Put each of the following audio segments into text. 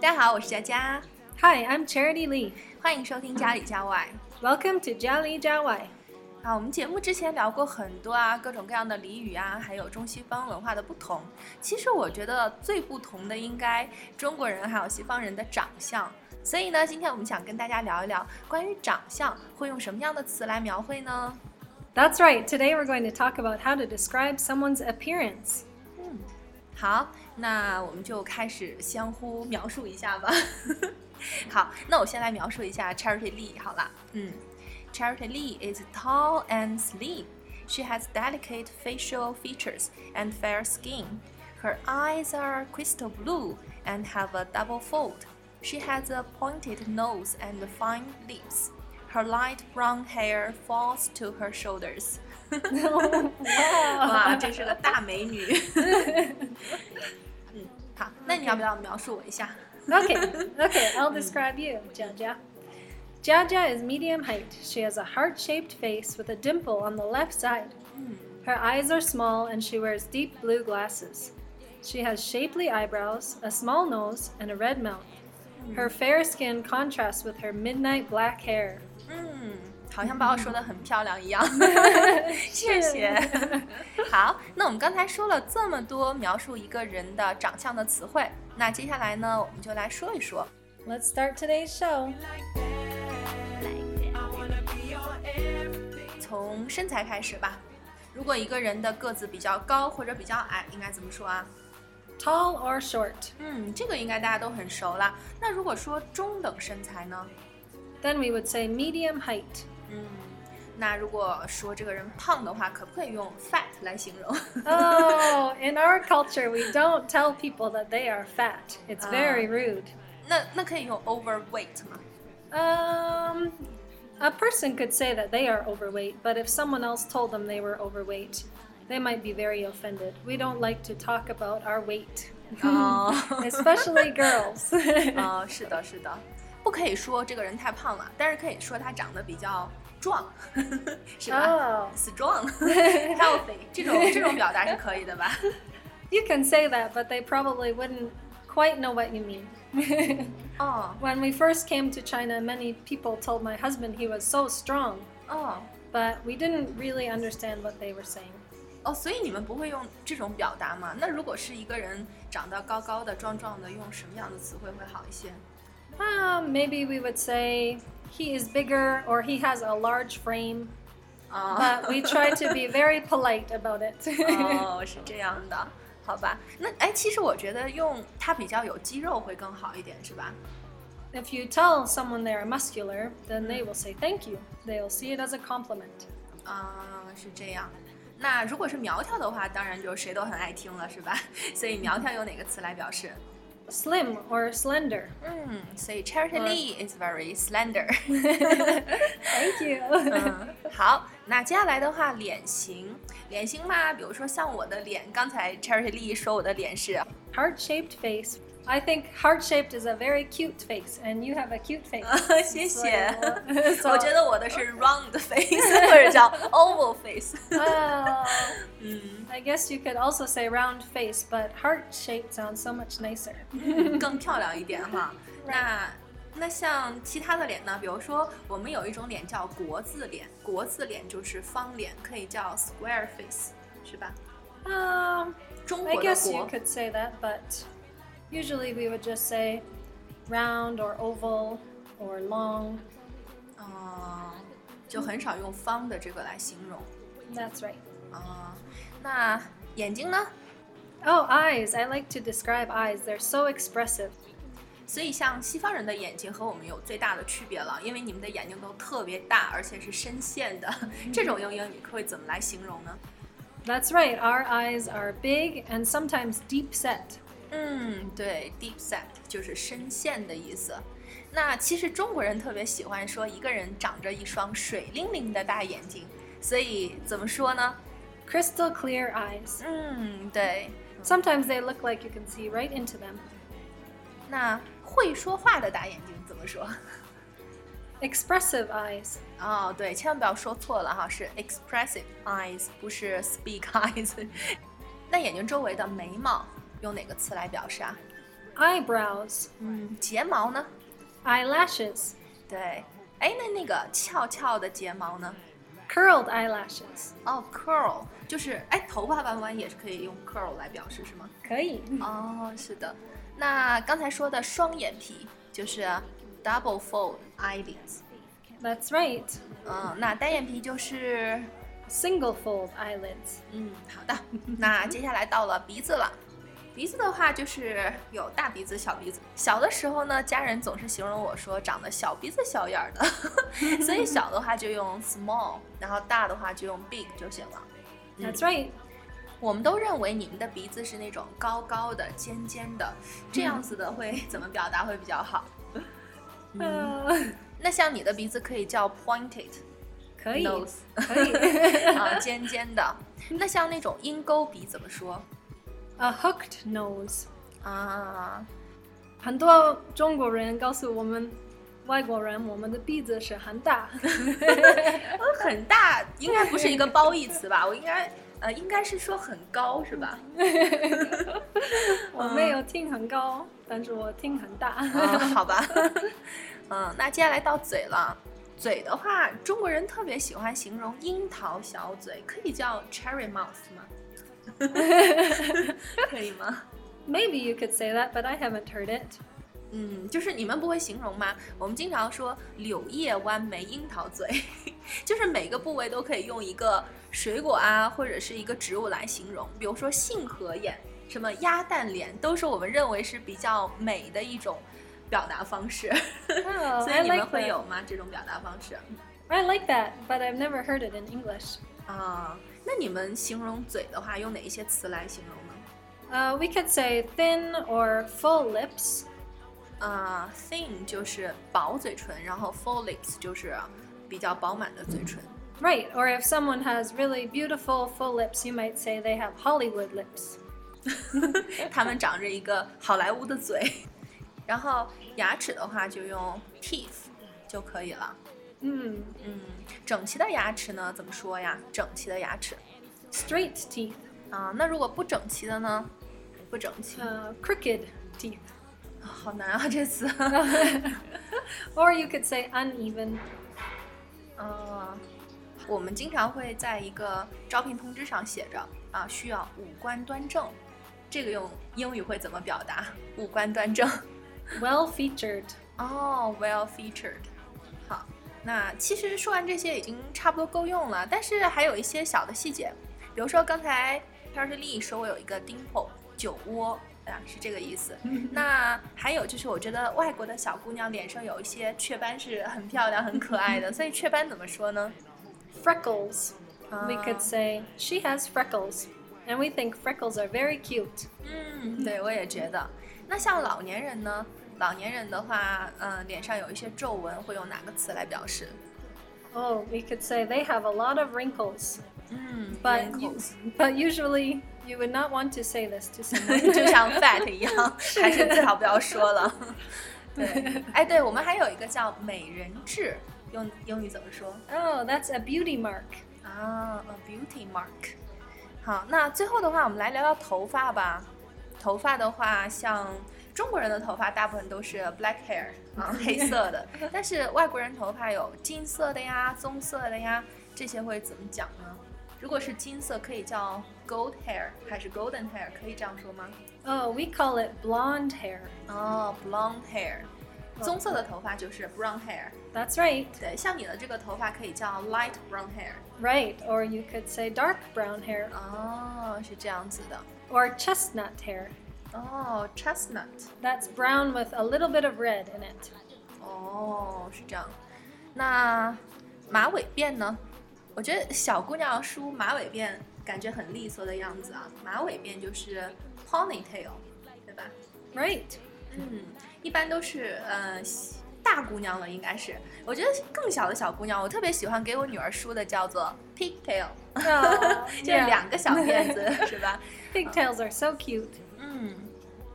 大家好，我是佳佳， Hi, I'm Charity Lee. 欢迎收听家里家外。 Welcome to Jolly Jawai. 啊，我们节目之前聊过很多啊，各种各样的俚语啊，还有中西方文化的不同。其实我觉得最不同的应该中国人还有西方人的长相。所以呢，今天我们想跟大家聊一聊关于长相会用什么样的词来描绘呢？ That's right, today we're going to talk about how to describe someone's appearance. 好，那我们就开始相互描述一下吧。 好，那我先来描述一下 Charity Lee 好了。嗯，Charity Lee is tall and slim. She has delicate facial features and fair skin. Her eyes are crystal blue and have a double fold. She has a pointed nose and fine lips. Her light brown hair falls to her shoulders. 哇，这是个大美女。嗯，好，那你要不要描述我一下？ Okay, okay, I'll describe you, Jaja. Jaja is medium height. She has a heart shaped face with a dimple on the left side. Her eyes are small and she wears deep blue glasses. She has shapely eyebrows, a small nose, and a red mouth. Her fair skin contrasts with her midnight black hair. 嗯，好像把我说的很漂亮一样，谢谢。 好，那我们刚才说了这么多描述一个人的长相的词汇，那接下来呢，我们就来说一说。 Let's start today's show. 从身材开始吧。如果一个人的个子比较高或者比较矮，应该怎么说啊？ Tall or short? 嗯，这个应该大家都很熟啦。那如果说中等身材呢？ Then we would say medium height. 嗯，那如果说这个人胖的话，可不可以用 fat 来形容？ Oh, in our culture, we don't tell people that they are fat. It's very rude. 那那可以用 overweight 吗？ Um, a person could say that they are overweight, but if someone else told them they were overweight, they might be very offended. We don't like to talk about our weight, 哦 especially girls. 啊，是的，是的，不可以说这个人太胖了，但是可以说他长得比较壮， 是吧、 Oh, s t r o n g healthy 这种这种表达是可以的 吧？ you can say that, but they probably wouldn't quite know what you mean. 哦 When we first came to China, many people told my husband he was so strong, 哦 but we didn't really understand what they were saying. 哦，所以你们不会用这种表达吗？那如果是一个人长得高高的、壮壮的，用什么样的词汇会好一些？ Um, maybe we would say he is bigger or he has a large frame, 啊、 but we try to be very polite about it. 哦，是这样的，好吧？那哎，其实我觉得用他比较有肌肉会更好一点，是吧？ if you tell someone they are muscular, then they will say thank you. They'll see it as a compliment. 啊，是这样。那如果是苗条的话，当然就谁都很爱听了，是吧？ 所以苗条用哪个词来表示？ Slim or slender. 嗯，所以 Charity Lee is very slender。 Thank you. 嗯， 好，那接下来的话，脸型，脸型嘛，比如说像我的脸，刚才 Charity Lee 说我的脸是 heart shaped face. I think heart shaped is a very cute face, and you have a cute face. 呃谢谢 So- 我觉得我的是 round face 或者叫 oval face。 Oh, 嗯， I guess you could also say round face, but heart shaped sounds so much nicer. 更漂亮一点哈。那那像其他的脸呢？比如说，我们有一种脸叫国字脸，国字脸就是方脸，可以叫 square face，是吧？ Um, 中 I 国的 guess you 国 could say that, but usually we would just say round or oval or long. 嗯，就很少用方的这个来形容 That's right. 啊、那眼睛呢？ Oh, eyes. I like to describe eyes. They're so expressive. 所以像西方人的眼睛和我们有最大的区别了，因为你们的眼睛都特别大，而且是深陷的。嗯这种用英语会怎么来形容呢？ That's right. Our eyes are big and sometimes deep set. 嗯，对，deep set 就是深陷的意思。那其实中国人特别喜欢说一个人长着一双水灵灵的大眼睛，所以怎么说呢？ Crystal clear eyes. 嗯，对。 Sometimes they look like you can see right into them. 那会说话的大眼睛怎么说？ Expressive eyes. 哦，对，千万不要说错了哈，是 expressive eyes，不是 speak eyes。那眼睛周围的眉毛用哪个词来表示啊？ eyebrows, 嗯，睫毛呢？ eyelashes, 对，哎，那那个翘翘的睫毛呢？ curled eyelashes. 哦，curl 就是哎，头发弯弯也是可以用 curl 来表示，是吗？哦，是的。那刚才说的双眼皮就是 double fold eyelids， That's right. 嗯，那单眼皮就是， Single fold eyelids. 嗯，好的。 那接下来到了鼻子了。鼻子的话就是有大鼻子、小鼻子。小的时候呢，家人总是形容我说长得小鼻子小眼儿的， 所以小的话就用 small，然后大的话就用 big 就行了。 That's right. 我们都认为你们的鼻子是那种高高的、尖尖的，这样子的会怎么表达会比较好？ Uh, 那像你的鼻子可以叫 pointed 可以， nose 可以。啊，尖尖的。那像那种鹰钩鼻怎么说 A hooked nose. 啊？ 很多中国人告诉我们，外国人我们的鼻子是很大。呃很大，应该不是一个褒义词吧？我应该呃，应该是说很高是吧？ 我没有听很高，但是我听很大。啊，好吧。嗯，那接下来到嘴了。嘴的话，中国人特别喜欢形容樱桃小嘴，可以叫 cherry mouth 吗？可以吗？ Maybe you could say that, but I haven't heard it. 嗯，就是你们不会形容吗？我们经常说柳叶弯眉、樱桃嘴， 就是每个部位都可以用一个水果啊，或者是一个植物来形容。比如说杏核眼、什么鸭蛋脸，都是我们认为是比较美的一种表达方式。 Oh, 所以 I 哦你们 like 会 that. 有吗？这种表达方式？ I like that, but I've never heard it in English. 啊、那你们形容嘴的话，用哪一些词来形容呢？ Uh, we could say thin or full lips. 啊、t h i n 就是薄嘴唇，然后 full lips 就是比较饱满的嘴 唇。 Right, or if someone has really beautiful full lips, you might say they have Hollywood lips. 他们长着一个好莱坞的嘴，然后牙齿的话就用 teeth 就可以了。 Mm, 嗯，整齐的牙齿呢怎么说呀？整齐的牙齿 straight teeth, 啊，那如果不整齐的呢？不整齐， uh, crooked teeth. 啊好难啊这 词。 Or you could say uneven. 呃，我们经常会在一个招聘通知上写着啊，需要五官端正，这个用英语会怎么表达？五官端正。 well featured. 哦、w e l l featured。好，那其实说完这些已经差不多够用了，但是还有一些小的细节，比如说刚才 p a r t l y 说我有一个 dimple 酒窝啊，是这个意 思。那还有就是，我觉得外国的小姑娘脸上有一些雀斑是很漂亮、很可爱的，所以雀斑怎么说呢？ Freckles. We 啊 could say she has freckles. And we think freckles are very cute. 嗯，对，我也觉得。那像老年人呢？老年人的话，嗯、脸上有一些皱纹，会用哪个词来表示？ Oh, we could say they have a lot of wrinkles. 嗯 But you, but usually you would not want to say this to someone. 就像 fat 一样，还是最好不要说 了。对，哎，对，我们还有一个叫美人痣，用英语怎么说 oh, that's a beauty mark. 啊？A beauty mark。好，那最后的话，我们来聊聊头发吧。头发的话，像中国人的头发大部分都是 black hair 啊，黑色的，但是外国人头发有金色的呀、棕色的呀，这些会怎么讲呢？如果是金色，可以叫 gold hair 还是 golden hair？可以这样说吗？ Oh, we call it blonde hair. 哦、b l o n d e hair，哦棕色的头发就是 brown hair。 That's right. 对，像你的这个头发可以叫 light brown hair。 Right, or you could say dark brown hair 哦、是这样子的。 or chestnut hair. 哦、c h e s t n u t That's brown with a little bit of red in it. 哦、是这样。那马尾辫呢？我觉得小姑娘梳马尾辫感觉很利索的样子啊。马尾辫就是 ponytail，对吧？ Right. 嗯，一般都是呃大姑娘了，应该是。我觉得更小的小姑娘，我特别喜欢给我女儿梳的叫做 pigtail， Oh, 就是 yeah. 两个小辫子， 是吧？ Pigtails are so cute. 嗯。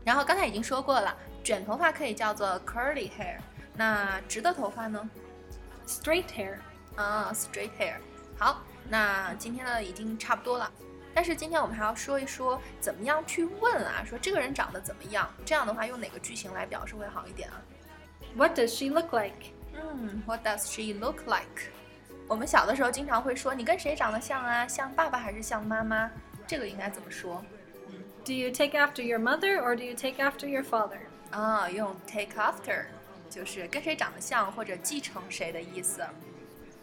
然后刚才已经说过了，卷头发可以叫做 curly hair，那直的头发呢？ Straight hair. 啊，straight hair。好，那今天呢已经差不多了。但是今天我们还要说一说怎么样去问啊，说这个人长得怎么样？这样的话用哪个句型来表示会好一点啊？ What does she look like? 嗯，What does she look like？我们小的时候经常会说你跟谁长得像啊？像爸爸还是像妈妈？这个应该怎么说？ Do you take after your mother or do you take after your father? 啊，用 take after，就是跟谁长得像或者继承谁的意思。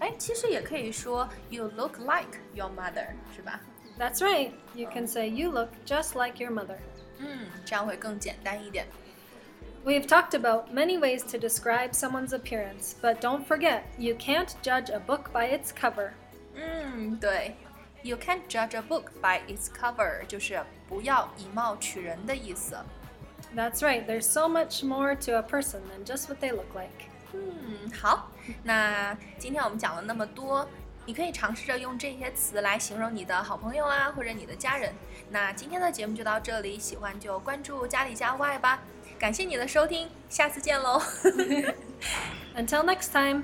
哎，其实也可以说 you look like your mother，是吧？ That's right. You can say you look just like your mother. 嗯，这样会更简单一点。 We've talked about many ways to describe someone's appearance, but don't forget, you can't judge a book by its cover. 嗯，对，you can't judge a book by its cover，就是不要以貌取人的意思。 That's right. There's so much more to a person than just what they look like. 嗯，好，那今天我们讲了那么多，你可以尝试着用这些词来形容你的好朋友啊，或者你的家人。那今天的节目就到这里，喜欢就关注家里家外吧，感谢你的收听，下次见喽。 Until next time.